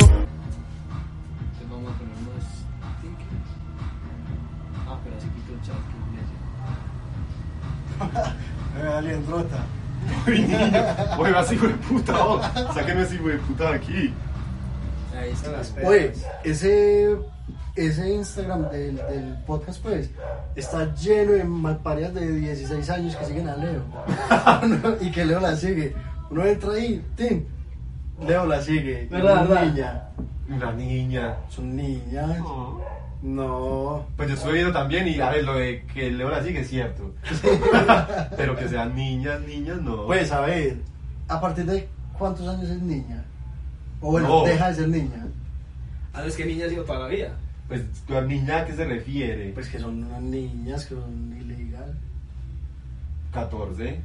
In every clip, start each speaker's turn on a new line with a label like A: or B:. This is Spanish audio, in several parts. A: Ah,
B: Sáquenme así, güey, puta. oh, Sáquenme así, güey, puta, de aquí.
A: Ahí están las
C: Oye,
A: perras.
C: ese, ese Instagram del, del podcast, pues, está lleno de malparias de 16 años que siguen a Leo. y que Leo la sigue. Uno entra ahí, Tim. Leo la sigue.
A: ¿Verdad,
C: Una
A: verdad?
C: niña.
B: La niña.
C: Son niñas.
B: Oh.
C: No.
B: Pues yo estuve viendo también y a ver, lo de que Leo la sigue es cierto. Pero que sean niñas, niñas, no.
C: Pues, a ver, ¿a partir de cuántos años es niña? O bueno,
B: No.
C: deja de ser niña.
A: Ah, no, es que niña sigo toda la vida.
B: pues ¿a niña a qué se refiere?
C: Pues que son unas niñas que son ilegal.
B: 14.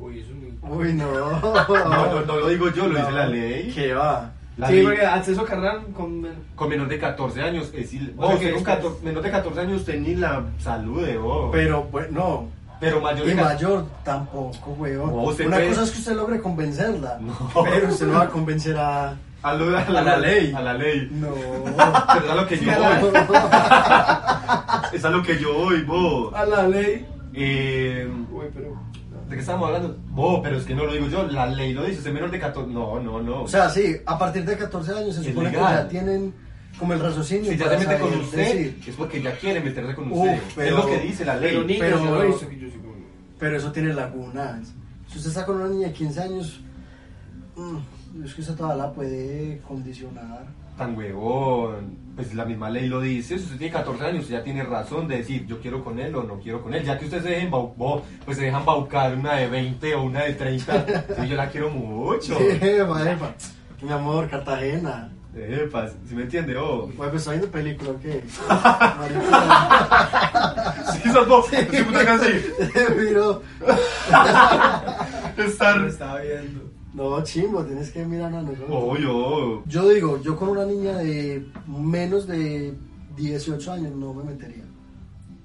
A: Uy, es un.
C: Uy, no.
B: No, no, no lo digo yo, lo dice la ley.
C: ¿Qué va?
B: La
A: sí,
B: ley
A: porque acceso carnal con. men-
B: con menos de 14 años es il...
A: O sea
B: Vos,
A: que
B: con
A: es-
B: 14 menos de 14 años usted ni la salude, vos.
C: Pero bueno,
B: Pero mayor
C: y
B: de ca-
C: mayor tampoco, weón.
B: No, usted
C: Una
B: puede-
C: cosa es que usted logre convencerla,
B: No.
C: pero usted no va a convencer a.
B: A, lo- a
C: A la ley.
B: A la ley.
C: No.
B: Pero es a lo que yo voy. Es a lo que yo voy, vos.
A: A la ley.
B: Eh,
A: Uy, pero.
B: ¿De qué estamos hablando? Vos, pero es que no lo digo yo. La ley lo dice. Usted menor de 14. No, no, no.
C: o sea, sí, a partir de 14 años se
B: Es
C: supone que
B: legal.
C: ya tienen como el raciocinio.
B: si ya se
C: para
B: mete con
C: saber
B: usted,
C: decir.
B: es porque ya quiere meterse con
C: Uf,
B: usted. es
C: pero-
B: lo que dice la ley.
A: Pero niña,
C: Pero-
A: se lo hizo, que yo soy como-
C: Pero eso tiene lagunas. Si usted está con una niña de 15 años, mm, es que usted todavía la puede condicionar.
B: Tan huevón. Pues la misma ley lo dice. Si usted tiene 14 años, usted ya tiene razón de decir yo quiero con él o no quiero con él. Ya que usted se deja embau- vos, pues se deja embaucar una de 20 o una de 30. sí, yo la quiero mucho.
C: Epa, epa. Mi amor, Cartagena.
B: Epa, si me entiende, oh.
C: Pues pues, está viendo película, ¿qué?
B: Sí, esas vos. Sí, puta que así.
C: Miro.
A: Lo
B: Estar.
A: estaba viendo.
C: No, chimbo, tienes que mirar a nosotros.
B: Oh, yo.
C: Yo digo, yo con una niña de menos de 18 años no me metería.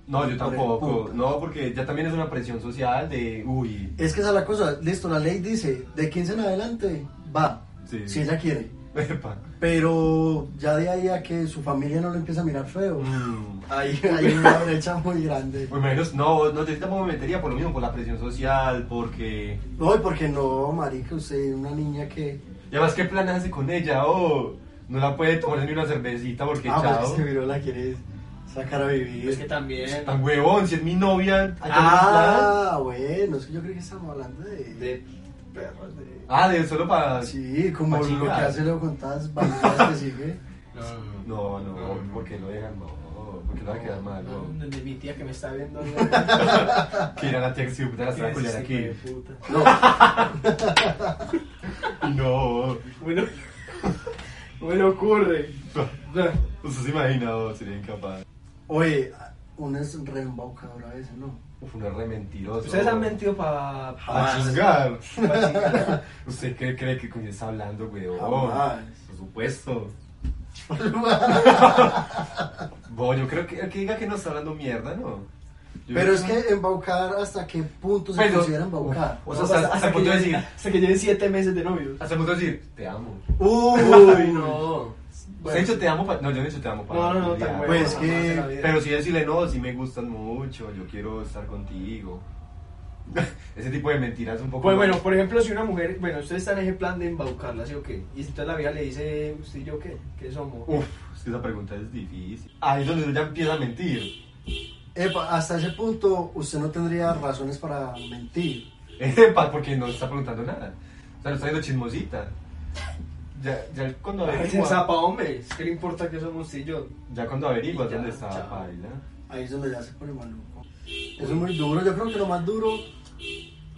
B: No, yo
C: Por el
B: tampoco.
C: punto.
B: No, porque ya también es una presión social de, uy,
C: Es que esa es la cosa. Listo, la ley dice, de 15 en adelante, va.
B: Sí.
C: Si ella quiere.
B: epa.
C: Pero ya de ahí a que su familia no lo empieza a mirar feo.
B: Mm.
C: Ahí hay una brecha muy grande.
B: Por menos, no, no te tampoco me metería por lo mismo, por la presión social, porque...
C: No, y porque no, marica, usted es una niña que...
B: Y además, ¿qué plan hace con ella? Oh, no la puede tomar ni una cervecita porque
C: Ah, pues
B: chao.
C: este video la quiere sacar a vivir.
A: Es que también.
B: Tan huevón, si es mi novia. hay que hacer un plan.
C: Ah, bueno, es que yo creo que estamos hablando de...
A: De perros, de.
B: Ah, de solo para...
C: Sí, como
B: Pa'
C: lo que
B: chingar.
C: hace luego con tantas bandidas que sigue.
A: No, no, no.
B: No, no, porque lo dejan, no, porque lo va a quedar mal,
A: No,
B: no.
A: no, de mi tía que me está viendo. ¿no?
B: Que irán a ti a que se puta la
A: Hijo
B: culiar
A: de
B: aquí.
A: puta.
C: No,
B: No,
A: Bueno, bueno ocurre.
B: usted se imagina, oh, sería incapaz.
C: oye, una es re embaucadora a veces, ¿no?
B: Uf, uno es re mentiroso.
A: Ustedes han mentido para
B: A chingar. ¿Usted qué cree que con quién está hablando, weón?
C: Jamás.
B: Por supuesto. Bo, yo creo que el que diga que no está hablando mierda, ¿no? Yo creo
C: Pero es que embaucar, ¿hasta qué punto se
B: Pero-
C: considera embaucar?
B: O sea, hasta- hasta el
A: que
B: punto de
A: lleven-
B: decir-
A: hasta que lleven siete meses de novios.
B: Hasta el punto de decir, te amo.
C: Uy,
A: no.
B: O sea, he dicho te amo para... No, yo no he dicho te amo para...
A: No, no, no,
B: ya.
A: tan
C: Pues
A: huevón,
C: que-
A: jamás en la vida.
B: Pero si decirle no, si me gustan mucho, yo quiero estar contigo. Ese tipo de mentiras un poco...
A: Pues bueno, por ejemplo, si una mujer, bueno, ustedes están en ese plan de embaucarla, ¿sí o qué? Y entonces la vida le dice, ¿usted y yo qué? ¿Qué somos?
B: Uf, es que esa pregunta es difícil. Ahí es donde ya empieza a mentir.
C: Epa, hasta ese punto usted no tendría razones para mentir.
B: Epa, porque no está preguntando nada. O sea, no está viendo chismosita. Ya, ya cuando
A: Es
B: averigua...
A: un zapa, hombre. Es que le importa que somos usted y yo.
B: Ya cuando averiguas
A: Y ya,
B: dónde está
A: chao.
B: Paila.
C: Ahí es donde ya se pone maluco. Eso es muy duro. Yo creo que lo más duro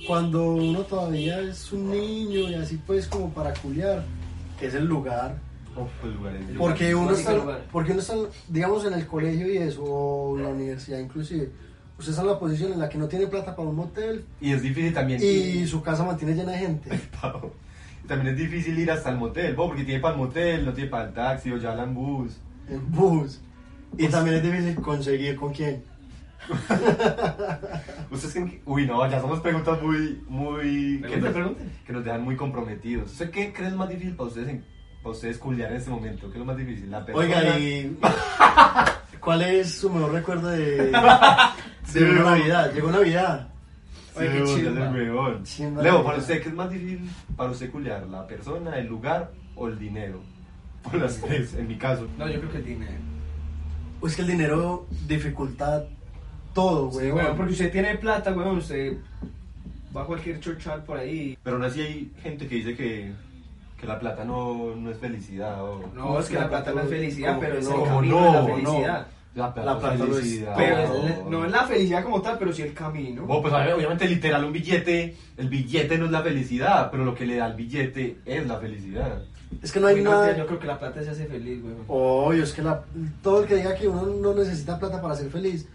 C: cuando uno todavía es un niño y así pues como para culiar, que es el lugar.
B: Uf, pues, el lugar es
A: Lugar,
C: Porque uno,
A: básico
C: está,
A: lugar.
C: porque uno está, digamos, en el colegio y eso, o en la universidad inclusive. Usted está en la posición en la que no tiene plata para un motel
B: Y es difícil también.
C: y su casa mantiene llena de gente.
B: Pau, También es difícil ir hasta el motel, bo, porque tiene para el motel, no tiene para el taxi o ya la en bus.
C: En bus. Y también es difícil conseguir con quién.
B: Ustedes creen que- Uy, no, ya somos preguntas muy... muy que,
A: Pregunte,
B: nos,
A: pregunte.
B: que nos dejan muy comprometidos. ¿Usted qué crees más difícil para ustedes, en- para ustedes culiar en este momento? ¿Qué es lo más difícil? La persona...
C: Oiga, y ¿cuál es su mejor recuerdo de, de
B: Sí,
C: una
B: no.
C: Navidad? Llegó Navidad.
B: Oye, qué
C: Oye, qué
B: chido.
C: chimba. Chimba la
B: Leo,
C: vida.
B: para usted, ¿qué es más difícil para usted culiar? ¿La persona, el lugar o el dinero? Por las tres, en mi caso.
A: No, yo creo que el dinero.
C: Es Pues que el dinero dificulta todo,
A: Sí,
C: güey.
A: weón, porque usted tiene plata, weón, usted va a cualquier chorchal por ahí.
B: Pero aún así hay gente que dice que, que la plata no, no es felicidad. O,
A: No, es que la plata no es felicidad,
C: Como
A: pero
C: que
A: es
C: no,
A: el
B: como
A: camino de la
B: no,
A: felicidad.
B: La plata,
C: La
B: no
C: plata
B: es
C: lo es
B: felicidad.
A: Pero
C: No.
A: es la- no es la felicidad como tal, pero sí el camino.
B: No, pues a ver, obviamente literal un billete, el billete no es la felicidad, pero lo que le da el billete es la felicidad.
C: Es que no hay
A: Uy, no,
C: nada. Oh,
A: Yo creo que la plata se hace feliz, weón.
C: Obvio, es que la, todo el que diga que uno no necesita plata para ser feliz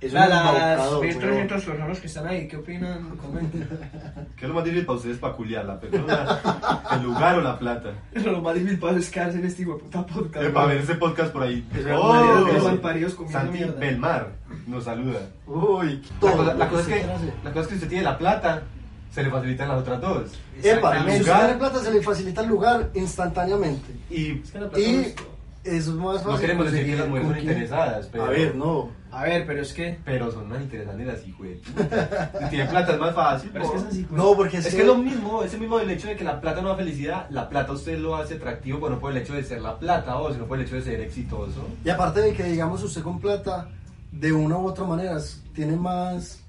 C: es un
A: La- las
C: embaucador, weón.
A: 1.300 personas que están ahí, ¿qué opinan? Comenten.
B: ¿Qué es lo más difícil para ustedes para culiar? ¿La persona, el lugar o la plata?
A: Lo más difícil para es quedarse en este hijo de puta podcast.
B: Eh, para ver ese podcast por ahí.
C: Es verdad,
B: ¡Oh!
C: marido, los
A: malparidos comiendo
B: Santi
A: mierda.
B: Belmar nos saluda.
C: Uy,
B: La
C: todo
B: cosa, la
C: lo
B: cosa es que,
C: se hace.
B: la cosa es que usted tiene la plata, se le facilitan las otras dos.
C: Epa, si
B: el
C: usted
B: lugar-
C: tiene plata se le facilita el lugar instantáneamente.
B: Y
A: Es que la plata no
C: Y
A: es todo.
C: eso es más fácil.
B: no queremos decir que
C: conseguir
B: las mujeres son
C: con quién.
B: interesadas, pero...
C: A ver, no.
A: A ver, pero es que.
B: Pero son más interesantes las hijueputas. Si tiene plata es más fácil.
A: Pero es que
B: ¿no?
A: es así,
C: No, porque
B: Es
C: es,
B: que es lo mismo, es el mismo del hecho de que la plata no da felicidad, la plata a usted lo hace atractivo, pero no por el hecho de ser la plata o sino por el hecho de ser exitoso.
C: Y aparte de que, digamos, usted con plata, de una u otra manera, s- tiene más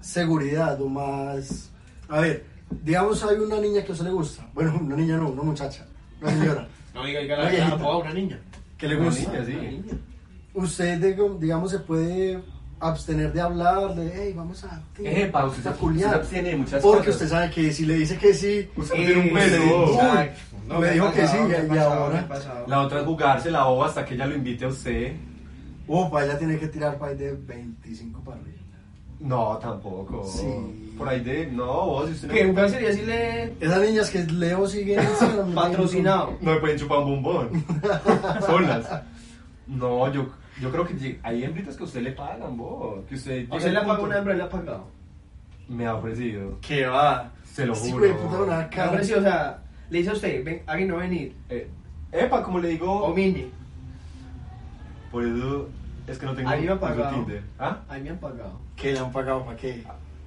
C: seguridad o más... A ver, digamos, hay una niña que a usted le gusta. Bueno, una niña no, una muchacha, una señora,
A: No diga, diga
C: Oye, Pues, hijita.
A: boda a una niña.
C: que le
B: Una
C: gusta.
B: niña, sí.
A: Una niña.
C: Usted, digo- digamos, se puede abstener de hablar, de, hey, vamos a...
B: Epa, usted se-
C: a culiar",
B: usted se abstiene de muchas
C: Porque
B: cosas.
C: usted sabe que si le dice que sí...
B: Usted no tiene un
C: pues,
B: pelo.
C: sí.
A: Exacto.
C: me
A: ha
C: dijo que
A: pasado,
C: sí,
A: me ha
C: y
A: pasado,
C: ahora-
A: me ha pasado.
B: La otra es jugarse la o hasta que ella lo invite a usted.
C: Opa, ella tiene que tirar para ahí de 25 para arriba.
B: No, tampoco.
C: Sí.
B: Por ahí de. No, vos, si usted no-
A: Que un plan sería decirle
C: Esas niñas que Leo sigue en Instagram.
A: patrocinado.
B: No me pueden chupar un bombón. Solas. No, yo, yo creo que lleg- hay hembritas que a usted le pagan, vos. Que usted.
A: O
B: llega
A: sea,
B: al
A: le ha pagado
B: punto-
A: una hembra y le ha pagado.
B: Me ha ofrecido.
C: Que va.
B: Se lo
C: Sí,
B: juro.
C: güey, puta, una
A: Le ha
C: cara.
A: ofrecido, o sea, le dice a usted, ven, alguien no va a venir.
B: Eh, epa, como le digo.
A: O Mini,
B: Por eso es que no tengo
A: A mí me ha
B: uso
A: pagado.
B: Tinder. ¿Ah?
A: a mí me han pagado.
C: Que le han pagado para qué.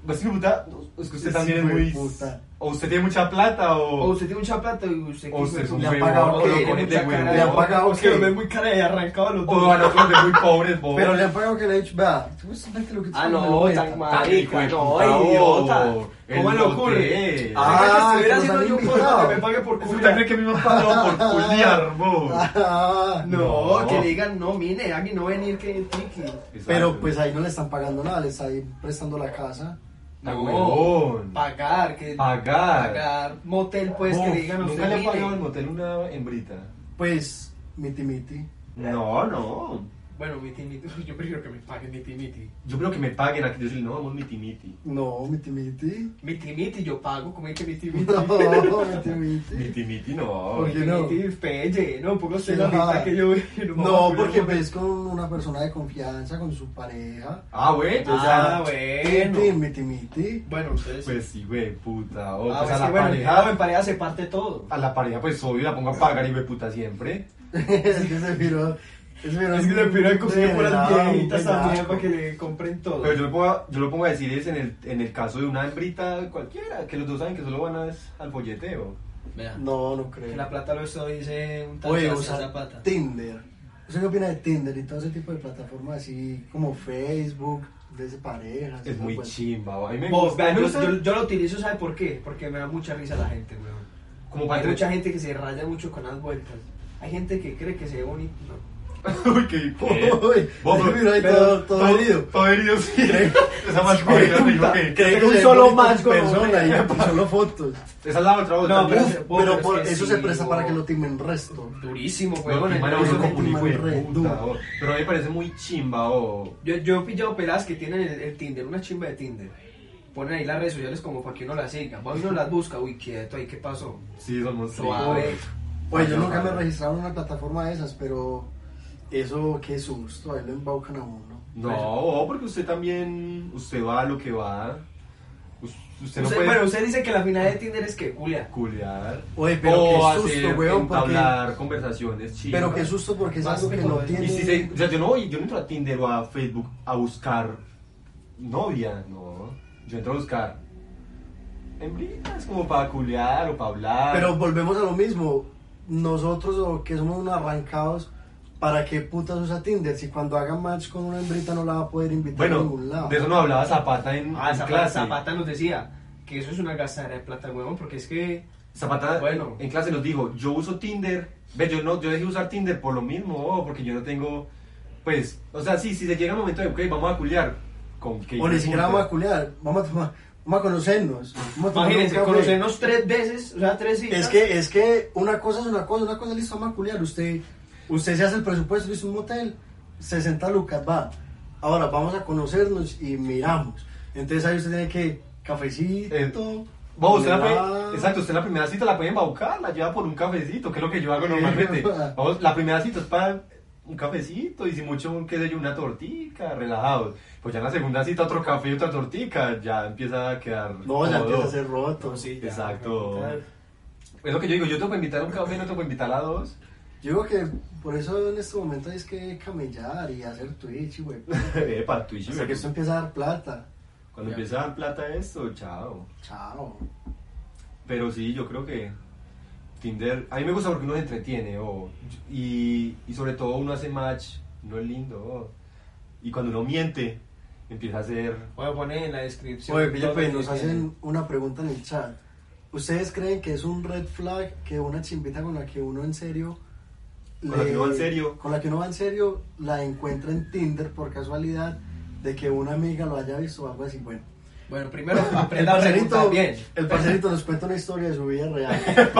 B: Pues sí, puta, es que usted
C: Sí,
B: también
C: güey,
B: es muy.
C: puta.
B: O usted tiene mucha plata
A: O
B: o.
A: usted tiene mucha plata y usted...
B: o usted es un
C: le han
B: huevón,
C: pagado,
B: o lo
C: ¿qué?
B: ponen de
A: Mucha cara.
B: huevón.
C: Le han pagado,
A: O sea,
C: ¿qué?
A: me muy cara y arrancado los
B: O
A: dos.
B: van otros de muy pobres, vos.
C: Pero le han pagado que le ha dicho, vea, tú ves, vete lo que te
A: Ah,
C: sale,
A: no,
C: me lo
A: tan
C: cuenta.
A: mal.
B: Tan hijo de
A: Marica, no,
B: puta,
A: idiota.
B: vos.
A: ¿Cómo
B: El
A: le ocurre?
B: hotel.
A: que
C: Ah, que nos
A: estuviera
C: han
A: haciendo yo un
C: invitado.
A: porno que me pague
B: Es
A: por
B: un
A: culiar.
B: que me han pagado por culiar, vos.
C: Ah,
A: No,
B: No.
A: que le digan, no, mire, aquí no va a venir que tiki.
C: Pero pues ahí no le están pagando nada, le está ahí prestando la casa.
B: Ah, huevón.
A: pagar, que
B: Pagar.
A: pagar motel, pues, que
B: Uf,
A: le digan,
B: Nunca le han
A: mire. Eh.
B: pagado el motel una hembrita.
C: Pues, miti miti.
B: No, no.
A: Bueno, miti, miti, yo prefiero que me paguen miti, miti.
B: Yo creo que me paguen aquí. Yo sí, no, vamos miti miti.
C: No, miti miti.
A: Miti, miti, yo pago, como dije miti, miti.
C: No, miti miti.
B: Miti miti, no.
C: Oye.
A: Miti,
C: no.
A: miti, pelle, no, pongo usted la
C: Ajá.
A: mitad que yo... me voy a
C: No,
A: poner
C: porque
A: un-
C: ves con una persona de confianza, con su pareja.
B: Ah, güey. o sea,
A: Ah,
C: Miti
A: bueno.
C: miti miti.
A: Bueno, ustedes...
B: Pues sí, güey, puta. o- pues
A: Ah,
B: a
A: pues
B: la
A: sí, bueno,
B: pareja,
A: claro, en pareja se parte todo.
B: a la pareja, pues obvio, la pongo a pagar y güey, puta siempre.
C: Es que se piró. pues, Es
A: Es que le pido a conseguir por las
C: Degenerado,
A: viejitas
C: un
A: también
C: pendejo.
A: para que le compren todo.
B: Pero yo lo pongo a, yo lo pongo a decir es en el, en el caso de una hembrita cualquiera, que los dos saben que solo van a, es al folleteo.
A: Vea.
C: No, no
A: Que
C: creo.
A: la plata lo eso dice un tal
C: Oye,
A: Sebastián
C: usa
A: Zapata.
C: Tinder. ¿Usted qué opina de Tinder y todo ese tipo de plataformas así como Facebook, de ese parejas?
B: Es
C: esa
B: muy
C: cosa?
B: chimba, güey. a mí me
A: Vos,
B: gusta.
A: vea,
B: me
A: yo,
B: gusta-
A: yo- yo lo utilizo, ¿sabe por qué? Porque me da mucha risa la gente, weón.
B: como para
A: Hay mucha gente que se raya mucho con las vueltas. Hay gente que cree que se ve bonito. No.
B: Uy, qué.
C: Uy,
B: Vos,
C: se miró ahí
B: pero-
C: todo- todo herido.
B: Todo herido, sí. Esa más
C: Puta,
B: que.
C: cree que
A: un
C: se ve
A: solo
C: bonito en
A: match con una.
C: persona y con solo fotos.
B: Esa es la otra otra.
A: No, pero-
B: Uf,
C: Uf,
A: vos,
C: pero
A: es
C: por
A: que
C: eso
A: sí,
C: se presta para
A: vos.
C: que lo timen resto.
A: Durísimo,
B: Bueno,
A: weón.
B: hermano,
A: Yo-
B: uno
C: eso
B: como un
C: me
B: hijo de
C: re
B: puta,
C: duro.
B: oh. Pero a mí me parece muy chimba, oh.
A: yo, yo he pillado peladas que tienen el, el Tinder, una chimba de Tinder. Ponen ahí las redes sociales como para que uno las siga. Va uno las busca, uy, quieto, ahí, ¿qué pasó?
B: Sí, son monstruos.
A: Suave.
C: Oye, yo nunca me he registrado en una plataforma de esas, pero eso qué susto, ahí lo embaucan a uno.
B: No, porque usted también, usted va a lo que va. Us- Usted no
A: Usted-
B: puede
A: Bueno, usted dice que la final de Tinder es que, Julia.
B: culiar.
C: Oye, pero
B: o
C: qué susto,
B: hacer,
C: weón, porque-
B: entablar conversaciones chidas.
C: Pero qué susto porque es
A: Más
C: algo que no
A: pecado, ¿eh?
C: tiene...
B: Y si se, o sea, yo no voy, yo no entro a Tinder o a Facebook a buscar novia, no. yo entro a buscar hembritas como para culear o para hablar.
C: Pero volvemos a lo mismo. Nosotros o que somos unos arrancados, ¿para qué putas usa Tinder? Si cuando haga match con una hembrita no la va a poder invitar a ningún
B: bueno,
C: lado.
B: de eso nos hablaba Zapata en,
A: Ah,
B: en
A: Zapata,
B: clase.
A: Zapata nos decía que eso es una gastadera de plata, huevón, porque es que.
B: Zapata
A: Bueno.
B: en clase nos dijo, yo uso Tinder, ve, yo no, yo dejé de usar Tinder por lo mismo, oh, porque yo no tengo, pues, o sea, sí, si se llega el momento de, ok, vamos a culiar, con que...
C: O ni siquiera vamos a culear, vamos a tomar, vamos a conocernos. Vamos a tomar un
A: Imagínense,
C: café.
A: conocernos tres veces, o sea, tres citas.
C: Es que, es que una cosa es una cosa, una cosa es listo, vamos a culiar. Usted, usted se hace el presupuesto, listo, un motel, 60 lucas, va. Ahora vamos a conocernos y miramos. Entonces ahí usted tiene que, cafecito,
B: Eh, Vos, usted la
C: helado.
B: pri- exacto, usted la primera cita la puede embaucar, la lleva por un cafecito, que es lo que yo hago normalmente. Vamos, la primera cita es para un cafecito y si mucho, qué sé yo, una tortica, relajados. Pues ya en la segunda cita otro café y otra tortica, ya empieza a quedar...
C: No, ya
B: todo.
C: empieza a ser roto.
A: Sí, ya,
B: Exacto.
A: claro.
B: Es lo que yo digo, yo te puedo invitar a un café, no te puedo invitar a dos.
C: Yo digo que por eso en este momento es que camellar y hacer Twitch, y güey.
B: Epa, Twitch,
C: Hasta que esto empieza a dar plata.
B: Cuando empieza a dar plata esto, chao.
C: Chao.
B: Pero sí, yo creo que Tinder, a mí me gusta porque uno se entretiene o, y, y sobre todo uno hace match, no es lindo. oh. Y cuando uno miente, empieza a ser...
A: Voy a poner en la descripción.
C: Oye, Pille,
A: todo
C: pues,
A: lo que
C: nos
A: tiene.
C: hacen una pregunta en el chat. ¿Ustedes creen que es un red flag que una chimbita con la que uno en serio...
B: Con la que uno va en serio.
C: Con la que uno va en serio la encuentra en Tinder por casualidad de que una amiga lo haya visto o algo así? Bueno,
A: Bueno, primero aprenda a preguntar bien.
C: el parcerito nos cuenta una historia de su vida real.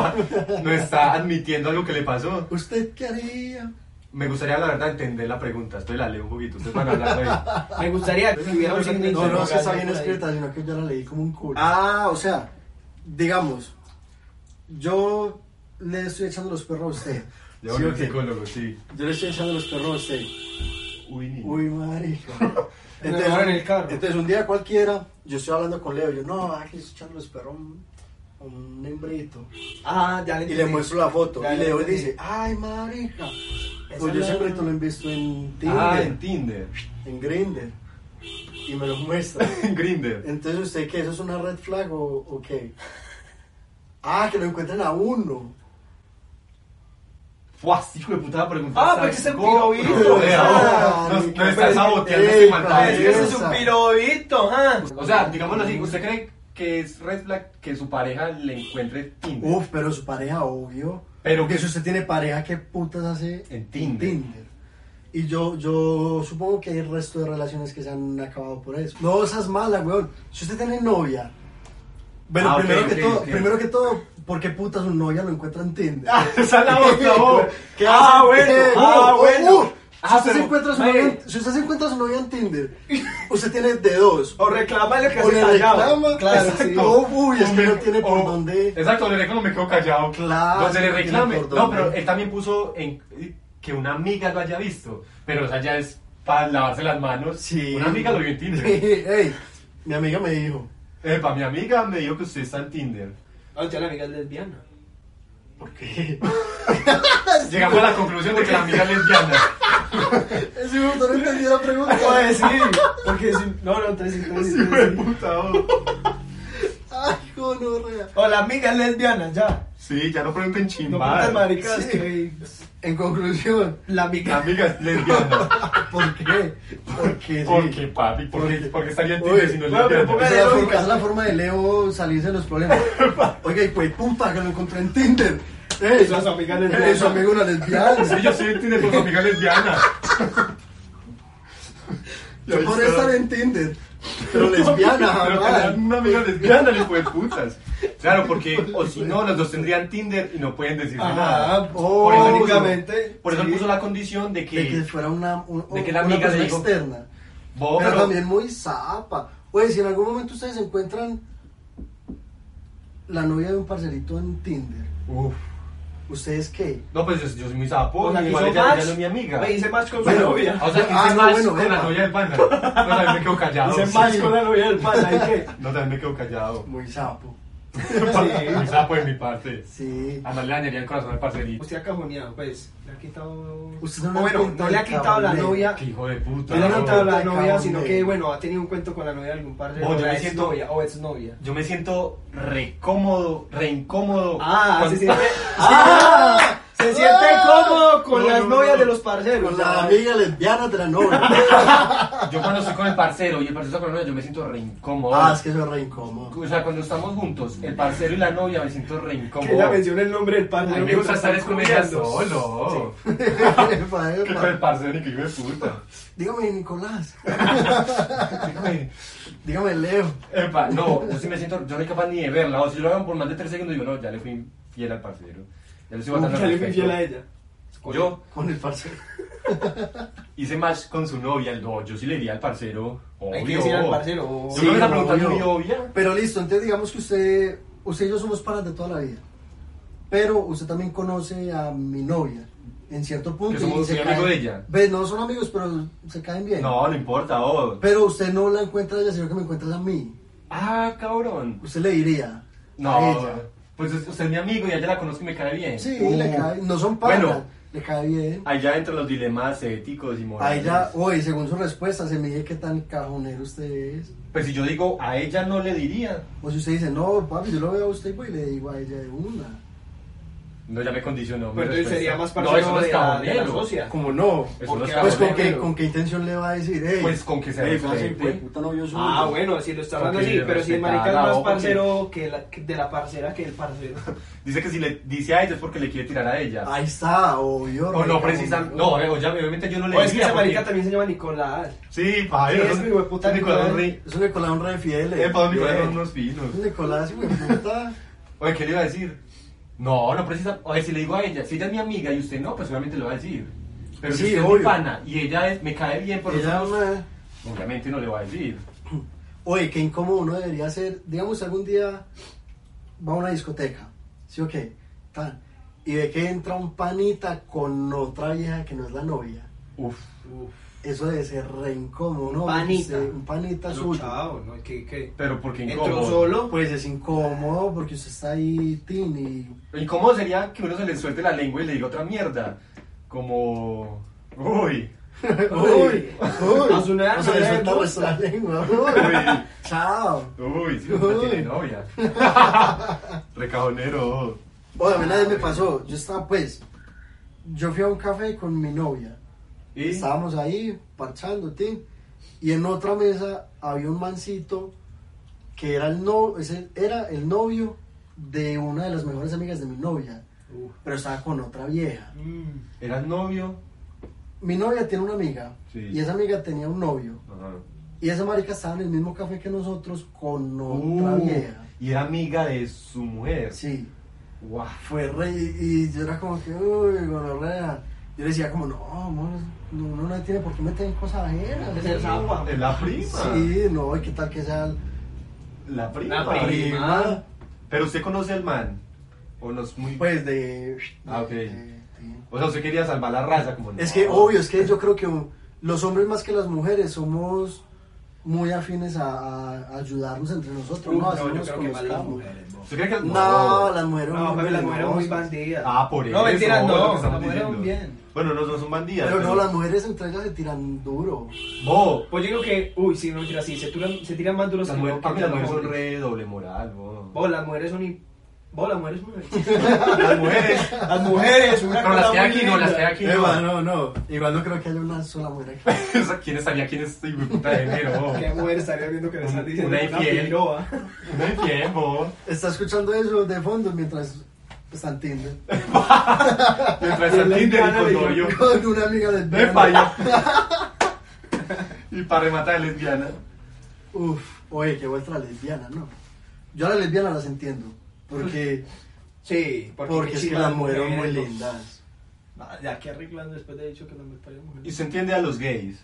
B: No está admitiendo algo que le pasó.
C: ¿Usted qué haría?
B: Me gustaría, la verdad, entender la pregunta. Estoy la leo un poquito. Ustedes van a hablar
A: Me gustaría que hubiera un signo de
C: No, no, es que está
A: interrogación
C: bien
A: por ahí.
C: escrita, sino que yo la leí como un culo. Ah, o sea, digamos, yo le estoy echando los perros a usted.
B: de Yo
C: ¿Sí o
B: un
C: qué?
B: psicólogo, sí.
C: Yo le estoy echando los perros a usted.
B: Uy, ni-
C: Uy, marico.
A: ahora en el carro.
C: entonces, un día cualquiera, yo estoy hablando con Leo, yo, no, aquí estoy echando los perros a un- a un hembrito.
A: Ah, ya le
C: Y le
A: entendí.
C: muestro la foto.
A: Ya
C: y
A: le
C: Leo
A: entendí.
C: dice, ay, marica. Pues
A: Esa
C: yo
A: la-
C: siempre te lo he visto en Tinder,
B: Ah, en Tinder.
C: en Grindr. Y me lo muestra.
B: En Grindr.
A: Eh.
C: Entonces, ¿usted qué? ¿Eso es una red flag o, o qué? Ah, que lo encuentren a uno.
B: Fuas, hijo de puta, pregunta.
A: Ah, pues es el
B: Sacó-
A: pirobito,
B: Vea,
C: ah,
B: nos,
C: ni
B: nos
C: que
B: está
C: fuese-
B: saboteando
C: Ey,
B: este mandato.
C: padre,
A: Ah, Ese es un pirobito, ¿ah?
B: O sea, digámoslo así, ¿usted cree que es red flag que su pareja le encuentre Tinder?
C: Uf, pero su pareja, obvio.
B: Pero
C: que
B: que-
C: si usted tiene pareja, ¿qué putas hace
B: En Tinder.
C: Y yo, yo supongo que hay el resto de relaciones que se han acabado por eso. No, esas malas, weón. Si usted tiene novia. Bueno,
B: Ah, ok,
C: primero,
B: ok,
C: que todo,
B: ok.
C: primero que todo, ¿por qué putas su novia lo encuentra en Tinder?
B: esa es Ah, la otra, vos.
C: ¿Qué
B: Ah,
C: hacen?
B: bueno,
C: ¿Qué?
B: ah,
C: Uh,
B: bueno.
C: uh,
B: Ah,
C: si, usted se
B: pero,
C: encuentra a su
B: mae.
C: novia, en- si usted se encuentra a su novia en Tinder, usted tiene de dos.
A: O reclama lo que
C: O
A: se
C: le
A: callaba.
C: reclama, claro, sí. O, uy, es que no tiene por
B: O-
C: dónde.
B: oh. Exacto, le reclamo, me quedo callado.
C: Claro,
B: Donde le
C: no tiene
B: reclame.
C: por
B: No,
C: dónde.
B: pero él también puso en, eh, que una amiga lo haya visto. Pero, o sea, ya es para lavarse las manos.
C: Sí.
B: Una amiga lo vio en Tinder.
C: Ey, mi amiga me dijo,
B: Epa, mi amiga me dijo que usted está en Tinder.
A: Ah, ya la amiga es lesbiana.
C: ¿por qué?
B: Llegamos a la conclusión de que la amiga es lesbiana.
C: Ese puto no entendí la pregunta.
A: Pues sí, porque si... No, no, entonces... entonces,
B: Sí,
A: entonces-
B: puta, oh.
C: Ay, gonorrea.
A: O la amiga es lesbiana, ya.
B: Sí, ya no pregunten
A: No
B: chimbar.
A: putas maricas
C: Sí.
A: que...
C: En conclusión,
A: La
B: La
A: amiga...
B: amiga es lesbiana.
C: ¿por qué? ¿Por qué?
B: ¿Por
C: sí?
B: qué, papi? ¿Por qué, por qué estaría en
C: Uy,
B: Tinder si no es
A: bueno, pero
B: lesbiana?
C: Esa es la forma- esa
A: Leo,
C: es la forma de Leo salirse de los problemas. Oiga, y pues puta, que lo encontré en Tinder. Ey,
A: Esa es su amiga lesbiana.
C: ey, su amiga una lesbiana.
B: Sí, yo soy en Tinder por mi amiga lesbiana.
C: Yo podría estar en Tinder, pero lesbiana,
B: Pero
C: jamás.
B: tener una amiga lesbiana, hijo de putas. Claro, porque, o si no, los dos tendrían Tinder y no pueden decir
A: Ajá,
B: nada.
C: oh,
B: por eso,
A: únicamente,
B: por eso
A: sí.
B: puso la condición de que,
C: De que fuera una, un-
B: de que la
C: una
B: amiga le
C: persona
B: dijo,
C: externa.
B: vos,
C: pero,
B: pero-
C: también muy zapa. Oye, si en algún momento ustedes encuentran la novia de un parcerito en Tinder,
B: Uf.
C: ¿ustedes qué?
B: No, pues yo, yo soy muy sapo.
A: O sea, que
B: igual
A: hizo
B: ella, ella
A: match,
B: no es mi amiga.
A: Me hice match con su
C: Bueno,
A: novia.
B: O sea, que
C: Ah,
B: hice
C: no,
B: match
C: bueno,
B: con la
C: Emma.
B: novia del pana. No, también me quedo callado.
A: Hice match con la novia del pana, ¿y qué?
B: No, también me quedo callado.
C: Muy sapo.
B: Me sapo en mi parte.
C: Sí.
B: Además le dañaría el corazón al parcerito.
A: Usted ha cajoneado, pues. Le ha quitado.
C: Usted no le
A: O
C: ha
A: bueno, no
C: pintado
A: le ha
C: el
A: quitado la
C: cabrón.
A: novia.
B: Qué hijo de puta.
A: No le ha
C: Claro.
A: quitado la
C: Ay,
A: novia,
C: cabrón,
A: sino
C: güey.
A: que, bueno, ha tenido un cuento con la novia de algún parcero.
B: Oh, yo
A: la
B: me siento-
A: exnovia o exnovia.
B: Yo me siento re cómodo, re incómodo.
A: Ah,
B: Cuando-
A: se siente. ¡Ah! Se siente
C: ¡Ah!
A: cómodo con
B: No,
A: las
B: no, no,
A: novias
B: no.
A: de los parceros.
C: Con
A: o sea,
C: la amiga lesbiana de la novia.
B: Yo cuando estoy con el parcero y el parcero está con la novia, yo me siento re incómodo.
C: ah, es que eso es re incómodo.
B: O sea, cuando estamos juntos, el parcero y la novia, me siento re
A: Que ella
B: incómodo.
A: menciona el nombre del
B: A
A: parcero.
B: mí me
A: que
B: gusta
A: están
B: estar es con ella
A: culiando.
B: solo.
C: Epa,
B: Que con el
C: epa.
B: parcero y que hijo de puta.
C: Dígame, Nicolás. Dígame, Leo.
B: Epa, no, yo sí me siento, yo no soy capaz ni de verla. O si lo hagan por más de tres segundos, digo, no, ya le fui fiel al parcero. Ya le estoy
A: Nunca
B: matando
A: le fui fiel a ella.
B: Yo
C: Con el parcero.
B: hice match con su novia, no, yo sí le diría al parcero. Obvio.
A: Hay que decir al parcero. oh.
B: Yo no me la pregunta
C: obvio.
B: muy obvia.
C: Pero listo, entonces digamos que usted, usted y yo somos paras de toda la vida. Pero usted también conoce a mi novia en cierto punto.
B: Que somos
C: y se
B: muy
C: caen-
B: amigos de ella.
C: Ve, no son amigos, pero se caen bien.
B: No, no importa, oh.
C: Pero usted no la encuentra a ella, sino que me encuentras a mí.
B: Ah, cabrón.
C: Usted le diría a
B: No,
C: ella.
B: pues es- usted es mi amigo y a ella la conozco y me cae bien.
C: Sí,
B: Uh.
C: le cae, no son paras,
B: Bueno.
C: le cae bien.
B: Allá entran los dilemas éticos y morales.
C: A ella, uh. hoy, según su respuesta, se mide qué tan cajonero usted es.
B: Pues si yo digo, a ella no le diría.
C: O si usted dice, no, papi, yo lo veo a usted pues, y le digo a ella de una.
B: No, ya me condicionó. mi
A: Pero entonces
B: respuesta.
A: sería más
B: No, eso
A: parcero
B: no es
A: de la- de la
B: cabonero.
A: socia.
C: Como no?
B: Eso no es
A: Porque,
C: Pues con
B: cabonero.
C: qué, con qué intención le va a decir, "Ey,
B: Pues con que sea
C: ey, fue así,
B: diferente".
C: fue puta novio suyo.
A: Ah, bueno, si lo está hablando
B: Porque
A: así, pero si el marica es
B: respetaba la
A: más
B: boca,
A: parcero que la- que de la parcera que el parcero.
B: Dice que si le dice a ella es porque le quiere tirar a ella.
C: Ahí está, obvio.
B: o no,
C: recabrón.
B: precisamente. No, eh, o ya, obviamente yo no le
A: O es que
B: diría.
A: esa marica
B: porque-
A: también se llama Nicolás.
B: Sí, pa,
A: Sí,
B: yo-
A: es mi hueputa
B: Nicolás
A: Nicolás.
B: Rey.
C: Es un Nicolás, un re fiel. eh.
B: Eh, pa, Nicolás
C: Bien.
B: son unos finos.
C: Un Nicolás, hijo de puta.
B: Oye, ¿qué le iba a decir? No, no precisa. Oye, si le digo a ella, si ella es mi amiga y usted no, pues obviamente lo va a decir. Pero
C: Sí,
B: si usted es mi
C: obvio.
B: pana y ella es, me cae bien por
C: Ella
B: nosotros,
C: una-
B: obviamente no le va a decir.
C: Oye, qué incómodo uno debería ser. Digamos, algún día va a una discoteca, ¿sí o qué? Tan. Y ve que entra un panita con otra vieja que no es la novia.
B: Uf.
C: Eso debe ser re incómodo, ¿no?
A: Panita.
C: Usted- un panita
A: No,
C: suyo.
A: chao, no, que, que.
B: Pero porque
A: Entró
B: incómodo.
A: solo, pues.
C: Pues es incómodo porque usted está ahí, tin, y
B: Incómodo sería que uno se le suelte la lengua y le diga otra mierda. Como. Uy.
C: Uy, uy.
A: A su nena
C: O sea,
A: no le gusta.
C: suelta nuestra lengua. Uy.
B: Uy.
C: Chao.
B: Uy, si usted
C: Uy.
B: tiene novia. Recajonero.
C: Oye, a mí una vez me pasó. Yo estaba, pues, yo fui a un café con mi novia.
B: ¿Y?
C: Estábamos ahí parchando, tin. Y en otra mesa había un mancito que era el, no, ese era el novio de una de las mejores amigas de mi novia.
A: Uh.
C: Pero estaba con otra vieja.
A: Mm.
B: ¿Eras novio?
C: Mi novia tiene una amiga.
B: Sí.
C: Y esa amiga tenía un novio.
B: Ajá.
C: Y esa marica estaba en el mismo café que nosotros con otra
B: Uh,
C: vieja.
B: y era amiga de su mujer.
C: Sí.
B: Guau.
C: fue re y yo era como que uy gonorrea yo le decía como no amor, no uno no tiene por qué meter en cosas ajenas
A: Antes era zapa.
B: Es la prima.
C: sí no y qué tal que sea
B: La prima.
A: La prima.
B: Pero usted conoce al man. O no es muy.
C: pues de
B: Ah, ok.
C: de- de- sí.
B: o sea, usted quería salvar la raza. Como,
C: es
B: no.
C: que obvio es que yo creo que um, los hombres más que las mujeres somos muy afines a, a- a ayudarnos entre nosotros
A: Uh,
C: no,
A: no,
C: Así
A: yo
C: nos
A: creo que más las
C: conozcamos.
A: mujeres, bo.
B: ¿Usted cree que el-
C: no, las mujeres
A: No, papi, las mujeres son muy
C: bandidas
A: bandidas.
B: Ah, por eso.
A: No, mentiras,
B: es lo que
A: no.
B: estamos
A: Las mujeres son
B: diciendo.
A: bien.
B: Bueno, no, no son bandidas.
C: pero no las mujeres entre ellas se tiran duro
B: Bo,
A: Pues yo digo que, uy, sí, no, mentira, sí, se tiran, se tiran más duros
B: las
A: que
B: mujeres,
A: que
B: para mí las
A: los
B: mujeres son
A: hombres.
B: re doble moral, bo.
A: Vos, las mujeres son. i- Vos, las mujeres son.
B: Las mujeres.
A: Las mujeres, una
B: No, las
A: cosa
B: que
A: muy
B: aquí, no, las
A: linda.
B: que aquí.
C: Eva,
B: No.
C: no, no. Igual no creo que haya una sola mujer aquí.
B: O sea, ¿Quién estaría quién es este hijo de puta de enero? bo?
A: ¿Qué mujer estaría viendo que le están
B: Un-
A: diciendo
B: una
A: una
B: infiel.
A: piroa?
B: No hay tiempo.
C: Está escuchando eso de fondo mientras está en Tinder.
B: Mientras
A: Y
B: el
A: la
B: Tinder y
A: lesbiana
B: con
A: le dijo,
B: novio.
C: Con una amiga del
B: De falla. y para rematar lesbiana.
C: Uf, oye, qué vuelta la lesbiana, ¿no? Yo a las lesbianas las entiendo. Porque,
A: Sí,
C: porque, es que
A: chimba
C: las mujeres son muy
A: mujeres, no.
C: lindas.
A: Ah, Ya que arreglan después de dicho que la mujer parió
B: Y
A: mujer.
B: se entiende a los gays.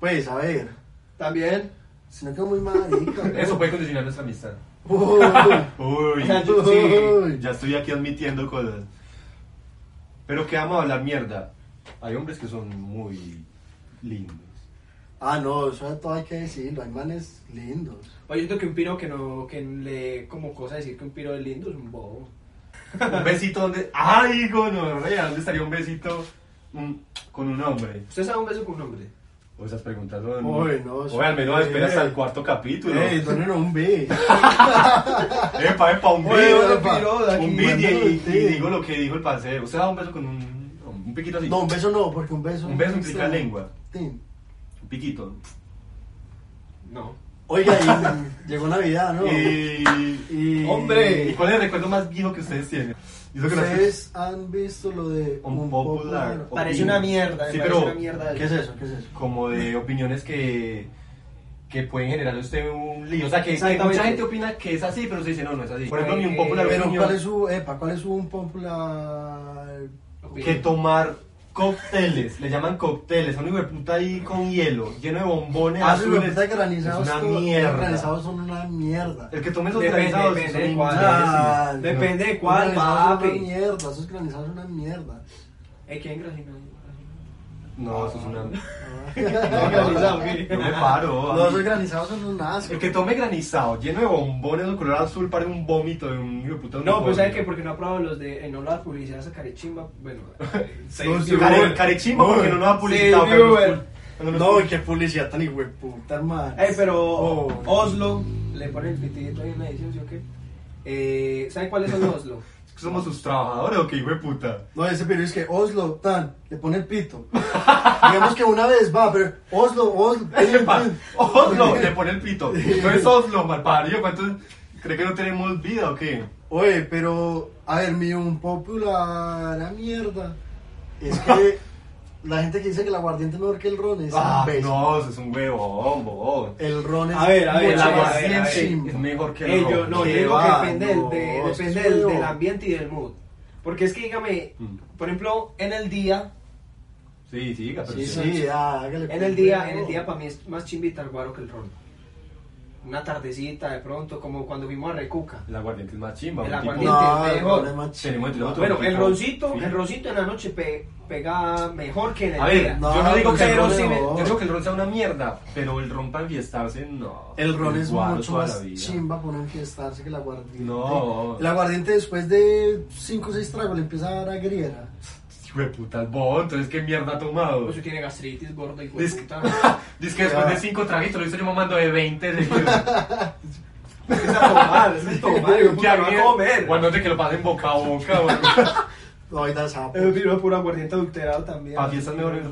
C: Pues, a ver.
A: También.
C: Si no quedó muy marica. ¿no?
B: Eso puede condicionar nuestra amistad.
C: Uy,
B: Uy,
A: yo- sí.
B: ya estoy aquí admitiendo cosas. Pero que vamos a hablar mierda. Hay hombres que son muy lindos.
C: Ah, no, eso de todo hay que decirlo. Hay manes lindos.
A: Oye, yo siento que un piro que no, que le como cosa decir que un piro es lindo es un bobo.
B: Un besito donde. ¡Ay, gonorrea! ¿Dónde estaría un besito un- con un hombre?
A: ¿Usted sabe un beso con un hombre?
B: O esas preguntas son.
C: Uy, no,
B: Oye, al menos
C: sí.
B: espera hasta el cuarto capítulo.
C: Ey, donen un B.
B: Epa, epa, un
C: Oye,
B: video,
C: epa,
B: epa,
C: aquí
B: un video
C: mandando
B: y,
C: el
B: y
C: tip.
B: digo lo que dijo el parcero. Usted da un beso con un, un piquito así.
C: No, un beso no, porque un beso.
B: Un beso implica
C: Sí.
B: lengua.
C: Sí.
B: Un piquito.
A: No.
C: Oiga, y llegó Navidad, ¿no?
B: Y,
C: Y-
B: Hombre, ¿y cuál es el recuerdo más viejo que ustedes tienen? Y eso que no-
C: ¿Ustedes han visto lo de
B: Un popular.
C: popular?
A: Parece
B: Opino.
A: una mierda, me
B: Sí,
A: parece
B: pero,
A: una mierda.
C: ¿Qué es eso? ¿Qué es eso?
B: como de opiniones que, que pueden generar usted un lío. O sea, que, que
A: Exactamente.
B: mucha gente opina que es así, pero usted dice, no, no es así. Por ejemplo, mi un
A: Pero,
B: popular
C: Pero
B: opinión
C: ¿cuál es su, epa, cuál es su un popular?
B: que tomar cócteles, le llaman cócteles, son hijo de puta ahí con hielo, lleno de bombones
C: Ah,
B: azules.
C: los puta granizados,
B: es una
C: todo-
B: mierda.
C: granizados son una mierda.
B: El que tome esos
A: Depende,
B: granizados
A: depende
B: son
A: de cuál.
B: imbéciles.
C: Ay,
A: Depende de
C: no.
A: cuál,
C: Los granizados
A: papi.
C: Son una mierda, esos granizados son una mierda.
A: ¿Eh, ¿Quién gracinó?
B: No, eso es una...
A: No, granizado, ¿qué?
B: Yo me paro.
C: No,
B: a
C: esos
B: mí.
C: granizados son un asco.
B: El que tome granizado, lleno de bombones de color azul, parece un vómito de un hijo de puta.
A: No, pero
B: unicornio.
A: ¿sabes qué? Porque no ha probado los de en Ola Publicidad esa carechimba. Bueno, eh, seis
C: No, sí,
A: viewers.
B: Care- Carechimba porque no nos ha
A: Sí,
B: publicitado. pero nos
A: viewer.
B: pul- cuando nos
C: No,
B: pul-
C: qué publicidad tan hijueputa, hermano.
A: Eh, pero
C: Oh.
A: Oslo, le ponen el pitidito ahí en la edición, ¿sí o qué? Eh, ¿Saben cuáles son de Oslo?
B: ¿Somos sus trabajadores o qué hijo de puta?
C: No, ese pero es que Oslo, tan, le pone el pito. Digamos que una vez va, pero Oslo, Oslo.
B: Epa, Oslo, le pone el pito. No es Oslo, malparido. ¿Cuántos cree que no tenemos vida o qué?
C: Oye, pero, a ver, mi un popular a mierda. Es que la gente que dice que el aguardiente es mejor que el ron es
B: Ah,
C: un beso.
B: no, eso es un huevón, bobo.
C: El ron es
A: A ver, a ver,
B: El
C: mucho
A: a ver,
C: más
A: a ver, a ver.
C: chimba.
B: aguardiente es mejor que el
A: Eh, yo,
B: ron.
A: no, yo
C: ¿Qué
A: digo
C: va?
A: que depende, del-
C: No,
A: de-
C: eso
A: depende
C: es
A: del,
C: feo.
A: del ambiente y del mood. Porque es que, dígame,
B: Mm.
A: por ejemplo, en el día,
B: Sí, sí, pero
C: Sí,
B: sí.
C: sí, ah, hágale.
A: en
C: pues,
A: el día,
C: no.
A: en el día para mí es más chimbita el guaro que el ron. Una tardecita de pronto, como cuando vimos a Recuca.
B: El aguardiente es más chimba.
A: El
B: un tipo-
A: aguardiente.
C: No,
A: Gente,
C: el ron
A: mejor.
C: es más
B: Tenemos entre
C: chimba.
B: nosotros.
A: Bueno, el
B: tipo-
A: roncito,
B: sí.
A: el roncito en la noche pe- pega mejor que en el
B: A ver,
A: día.
C: No,
B: yo no digo que el
C: pero
B: ron, sí
C: no.
B: me- yo digo que el ron sea una mierda, pero el ron para enfiestarse, no.
C: El ron es
B: Guaro
C: mucho
B: toda la
C: más
B: vida.
C: chimba por enfiestarse que el aguardiente.
B: No.
C: El aguardiente después de 5 o 6 tragos le empieza a dar a griera.
B: Hijo de puta, vos, entonces qué mierda ha tomado.
A: Pues si tiene gastritis, gordo y
B: Dice
A: puta.
B: dice que después de 5 traguitos lo hizo yo mamando de 20. de-
A: Es a tomar, es a tomar, hijo de puta, no a comer.
B: Cuando te que lo pasen boca a boca, güey.
C: Ay, da sapo.
A: El
B: Eh,
A: vino puro aguardiente adulterado también.
B: Para fiestas mejores.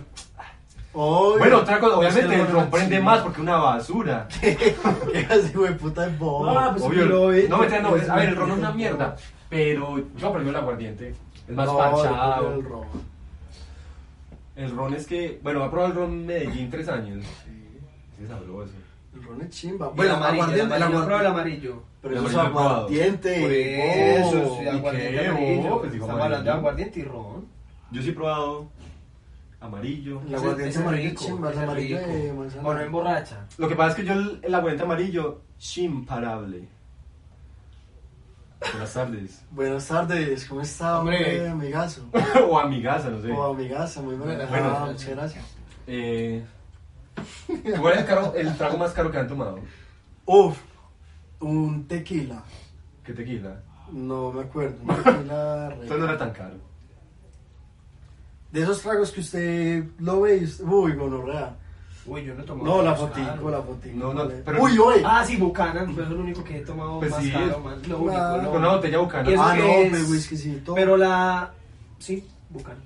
C: Oye,
B: Bueno, otra cosa, obviamente
C: es
B: el
C: que no
B: ron prende
C: chimba.
B: más porque es una basura.
C: ¿Qué hace, güey, puta de bobo?
A: No, pues,
B: Obvio.
A: lo ve-
B: No, mentira, no,
C: pues,
B: es- a ver, el
C: no,
B: ron es una
C: no.
B: mierda. Pero yo prefiero el aguardiente. Es más
C: No,
B: parchado.
C: El ron.
B: El ron es que. Bueno, ha probado el ron Medellín tres años.
C: Sí.
B: Sí, sabroso.
C: El ron es chimba.
A: Y el
C: Bueno,
A: amarillo, el
C: aguardiente, el
A: amarillo, prueba el
C: aguardiente.
A: amarillo.
C: Pero
B: El
C: eso es
B: amarillo he probado.
C: aguardiente.
A: Por
C: bobo.
A: eso, sí,
B: oh, ¿y
A: aguardiente
B: qué,
A: amarillo.
B: vos? Pues digo,
A: Estamos
B: amarillo.
A: hablando de aguardiente y ron.
B: Yo sí he probado amarillo.
C: El aguardiente
A: Ese es
C: amarillo
A: rico,
C: chimba, el
A: ese es
C: amarillo
A: rico.
C: de manzana.
A: O no emborracha.
B: Lo que pasa es que yo el, el aguardiente amarillo, imparable. Buenas tardes.
C: Buenas tardes, ¿cómo está,
A: Hombre.
C: hombre, amigazo?
B: o amigaza, no sé.
C: O amigaza, muy buena.
A: Bueno.
C: Ah, muchas gracias.
B: Eh, ¿Cuál es el, caro- el trago más caro que han tomado?
C: Uf, un tequila.
B: ¿Qué tequila?
C: No me acuerdo, un tequila re-
B: Esto no era tan caro.
C: De esos tragos que usted lo ve y usted- Uy, gonorrea.
A: Uy, yo no he tomado.
C: No, la
A: más
C: fotico,
A: caro.
C: la fotico.
B: No, no,
C: vale.
B: pero-
C: Uy, oye.
A: Ah, sí, Buchanan, pues es lo único que he tomado
B: Pues
A: más
B: sí,
A: caro,
B: es-
A: más, lo
C: Claro.
A: único.
B: Con
A: no.
B: una botella
A: Y eso
B: bucana.
C: Ah,
A: que
C: no,
A: es-
C: pues, whiskycito.
A: Pero la... Sí, Buchanan.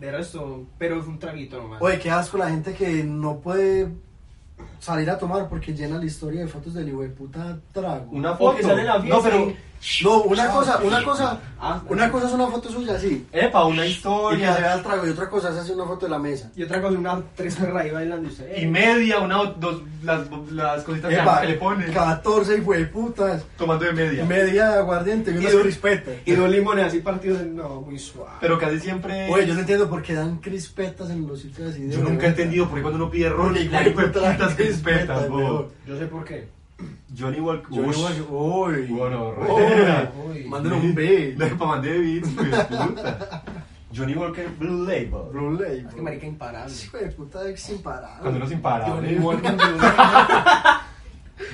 A: De resto, pero es un traguito nomás.
C: Oye, qué asco la gente que no puede salir a tomar porque llena la historia de fotos del hijo de puta trago.
B: Una foto.
A: Porque sale en la
B: no,
A: fiesta
B: pero.
A: y-
C: No, una cosa, una cosa,
A: Ah.
C: una cosa es una foto suya así,
B: Epa, una
C: y que se
B: historia.
C: vea el trago, y otra cosa es hacer una foto de la mesa.
A: Y otra cosa, una tres perras ahí bailando y "Eh, usted.
B: Y media, una o dos. Las, las cositas de
C: Epa,
B: agua que le ponen.
C: 14 hijo de putas,
B: Tomando de media.
C: media de aguardiente y unas
A: dos-
C: crispetas.
A: Y dos limones así partidos en... No, muy suave.
B: Pero casi siempre.
C: Oye, yo no entiendo por qué dan crispetas en los sitios así. de
B: Yo nunca he
C: venta.
B: entendido por qué cuando uno pide ron
C: Uy,
B: y la
C: hijo de
B: hijo de
C: puta,
B: putas crispetas,
C: crispetas,
B: bo.
C: weón.
A: Yo sé por qué.
B: Johnny Walker.
C: Yo digo, así, uy,
B: Bueno,
C: uy,
A: uy.
C: mándale un B.
B: para mandé de beats, hijo de pues, puta. Johnny Walker Blue Label.
C: Blue Label.
A: Es que marica imparable.
C: Sí, güey, puta es sin parar.
B: Cuando uno es imparable.
A: Johnny Walker Blue-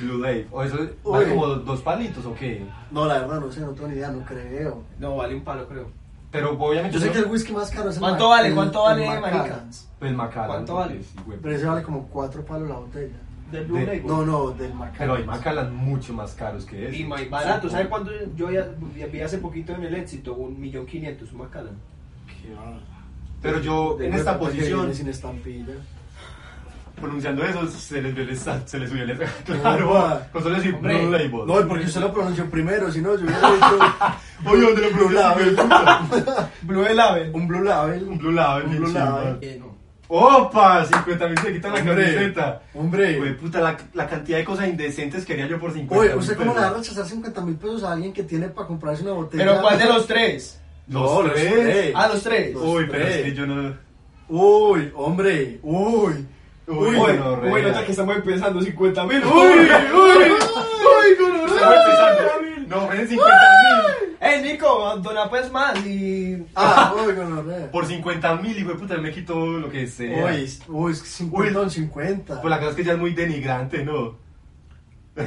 B: Blue Label. O eso vale
C: Uy.
B: como dos, dos palitos o qué.
C: No, la verdad, no sé, no tengo ni idea, no creo.
A: No, vale un palo, creo.
B: Pero obviamente.
C: Yo sé
B: uno-
C: que el whisky más caro es el
A: ¿Cuánto
C: Mac-
A: vale?
C: el-
A: ¿Cuánto
C: el
A: vale,
C: Macallan.
A: marica?
B: Pues Macallan.
A: ¿Cuánto
B: porque
A: vale?
B: sí, güey.
C: Pero ese vale como 4 palos la botella.
A: Del
B: De-
A: Blue Label.
C: No, no, del Macallan.
B: Pero hay Macallan mucho más caros que eso.
A: Y más barato, ¿sabes cuánto? Yo ya- vi hace poquito en el éxito, un millón quinientos, un Macallan.
C: Qué va.
B: Pero yo,
C: De
B: en
C: una
B: esta
C: puta que
B: posición,
C: viene sin estampilla.
B: pronunciando eso, se les, vio el esta- se les subió el esta-
C: Opa.
B: Claro, con solo decir
A: Hombre.
B: Blue Label.
C: No, y porque usted lo pronunció primero, si no, yo hubiera dicho.
B: Oye, ¿dónde lo
C: Blue Label.
A: Blue Label.
C: Un Blue Label.
B: Un Blue Label,
C: Un
B: mi
C: Blue
B: chimba.
C: Label. Eh,
B: ¡Opa! 50 mil se quitan la camiseta. Güey,
C: Hombre.
B: puta, la, la cantidad de cosas indecentes que haría yo por 50
C: Oye, ¿usted
B: mil
C: cómo le va a
B: pesos.
C: rechazar 50 mil pesos a alguien que tiene para comprarse una botella?
A: Pero ¿cuál de los tres?
B: Los
C: No, los
B: tres.
C: tres.
A: Ah, los tres.
C: Los
B: Uy, pero es
C: tres.
B: que yo no...
C: Uy, hombre. Uy.
B: Uy, no, re-
A: estamos empezando, 50 mil.
B: ¡Uy! ¡Uy! ¡Uy, con No, ven 50 mil.
A: ¡Ey, Nico! Dona pues más y.
C: Ah, uy, gonorrea.
B: Por 50 mil, hijo de puta, me quito lo que sea.
C: Uy, uy, es que 50 son 50.
B: Pues la cosa es que ya es muy denigrante, ¿no?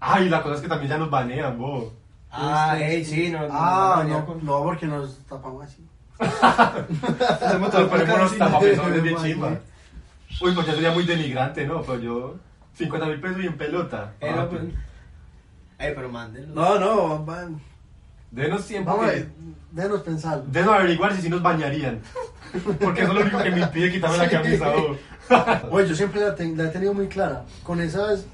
B: Ay, la cosa es que también ya nos banean, vos.
A: Ah,
B: Este,
A: ey, sí, no.
C: Ah, no, no, porque nos tapamos así.
B: Hacemos todo
C: Nunca
B: ponemos unos
C: sí,
B: tapapezones bien
C: no,
B: chimba. Uy, pues ya sería muy denigrante, ¿no? Pero yo... 50 mil pesos y en pelota.
A: Eh,
B: Ah,
A: no, pues. Ey, pero mándenlo.
C: No, no, van.
B: Denos tiempo
C: Vamos a
B: que...
C: ver, dénos pensarlo.
B: Denos averiguar si sí nos bañarían. Porque eso es lo único que me impide quitarme la
C: Sí.
B: camisa, oh. vos.
C: Oye, yo siempre la, ten- la he tenido muy clara. Con esas,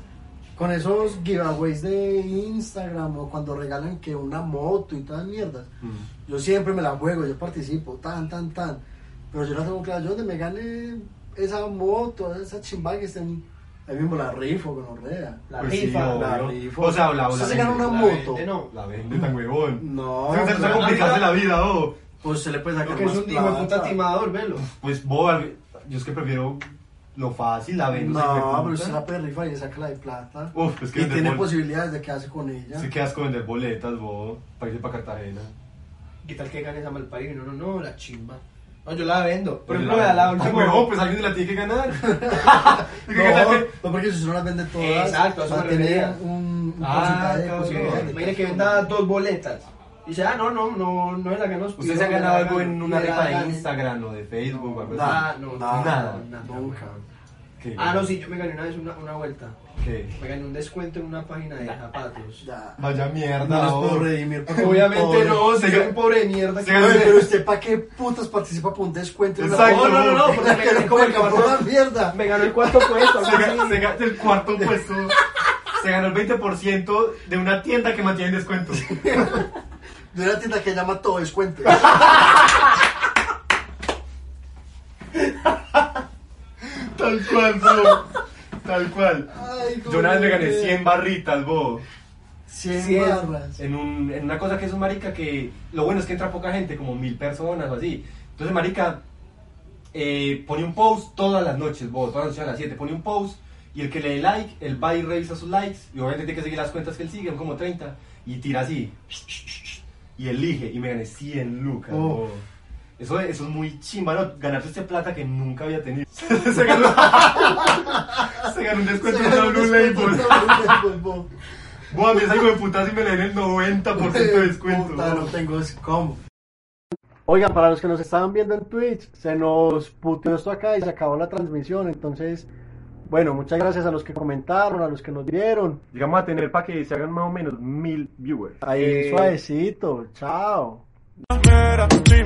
C: con esos giveaways de Instagram o cuando regalan que una moto y todas mierdas, yo siempre me la juego, yo participo, tan, tan, tan. Pero yo la tengo clara, yo donde me gane esa moto, esa chimba que estén ahí mismo la rifo con orrea.
A: La
B: Pues sí,
A: rifa.
B: obvio.
C: la rifa.
B: O sea, la,
C: Usted
B: la
C: se gana
B: vende.
C: una
A: La
C: moto.
A: vende, no.
B: La vende tan huevón.
C: No,
B: Se
C: la
B: está complicarse la vida, oh.
C: Pues se le puede sacar
A: Porque es
C: más
A: un hijo de puta
C: plata.
A: timador, velo.
B: Pues vos, al- yo es que prefiero lo fácil, la vendo.
C: No, pero
B: se
C: usted la puede rifar y saca la de plata.
B: Uf, es que
C: y
B: vender
C: tiene
B: bol-
C: posibilidades de quedarse con ella.
B: Si quedas con vender boletas, vos, para irse para Cartagena.
A: ¿Qué tal que gane esa malparido? No, no, no, la chimba. No, yo la vendo. Por
B: Pero
A: ejemplo,
B: yo
A: la, la
B: Ah,
A: última.
B: huevón, pues alguien la tiene que ganar.
C: No,
B: ¿Qué tal que-
C: no, porque si usted no las vende todas,
A: Exacto, a eso
C: va a
A: me
C: tener
A: refería.
C: un, un
B: Ah,
C: porcentaje de
B: cabrón.
C: posibilidades. de
A: Imagina que
C: cada
A: venda
C: una.
A: dos boletas. Y dice, ah, no, no, no, no es la que nos
B: Usted se ha ganado algo en una rifa de Instagram o de Facebook o algo así.
A: Nada, no,
C: Nada,
A: nada,
B: nada,
C: nunca.
B: ¿Qué?
A: Ah, no, sí, yo me gané una vez una, una vuelta.
B: ¿Qué?
A: Me gané un descuento en una página de zapatos.
C: Ya.
B: Vaya mierda, oh.
C: No las
B: vos.
C: puedo redimir. porque
A: Obviamente
C: pobre.
A: no,
B: Se
A: sería
B: ga-
A: un pobre de mierda.
B: se
A: que-
B: ganó
C: Oye, pero usted, ¿para qué putas participa por un descuento? en una
B: Exacto.
A: No,
C: bolsa?
A: no, no, no, porque me
C: Que
A: gané
C: no
A: como
C: puede
A: el
C: comprar una
A: cuarto.
C: mierda.
A: Me ganó el cuarto puesto.
B: Se ganó, se ganó el cuarto puesto. Se ganó el 20% de una tienda que mantiene descuentos.
C: De una tienda que llama todo descuento.
B: Tal cual, bro. Tal cual.
C: Ay,
B: Yo una vez me gané
C: joder.
B: 100 barritas, bo.
C: 100,
A: Cien.
C: barras.
B: En, un, en una cosa que es un marica que. Lo bueno es que entra poca gente, como mil personas o así. Entonces, marica. eh, pone un post todas las noches, bo. Todas las noches a las 7. Pone un post. Y el que le dé like, él va y revisa sus likes. Y obviamente tiene que seguir las cuentas que él sigue, son como 30. Y tira así. Y elige. Y me gané 100 lucas,
C: Oh.
B: bo. Eso, eso es muy chimba, ¿no? Ganarse este plata que nunca había tenido. se, ganó, se ganó un descuento
C: Se
B: en
C: ganó
B: Blue
C: un
B: Label.
C: descuento en Blue Label, bo.
B: Buah, me salgo de putas y me le den el 90% de descuento.
C: Eh, Puta, no tengo ese combo. Oigan, para los que nos estaban viendo en Twitch, se nos puteó esto acá y se acabó la transmisión. Entonces, bueno, muchas gracias a los que comentaron, a los que nos dieron.
B: Llegamos a tener para que se hagan más o menos mil viewers.
C: Ahí,
A: Eh.
C: suavecito, chao.
D: Mira, sí,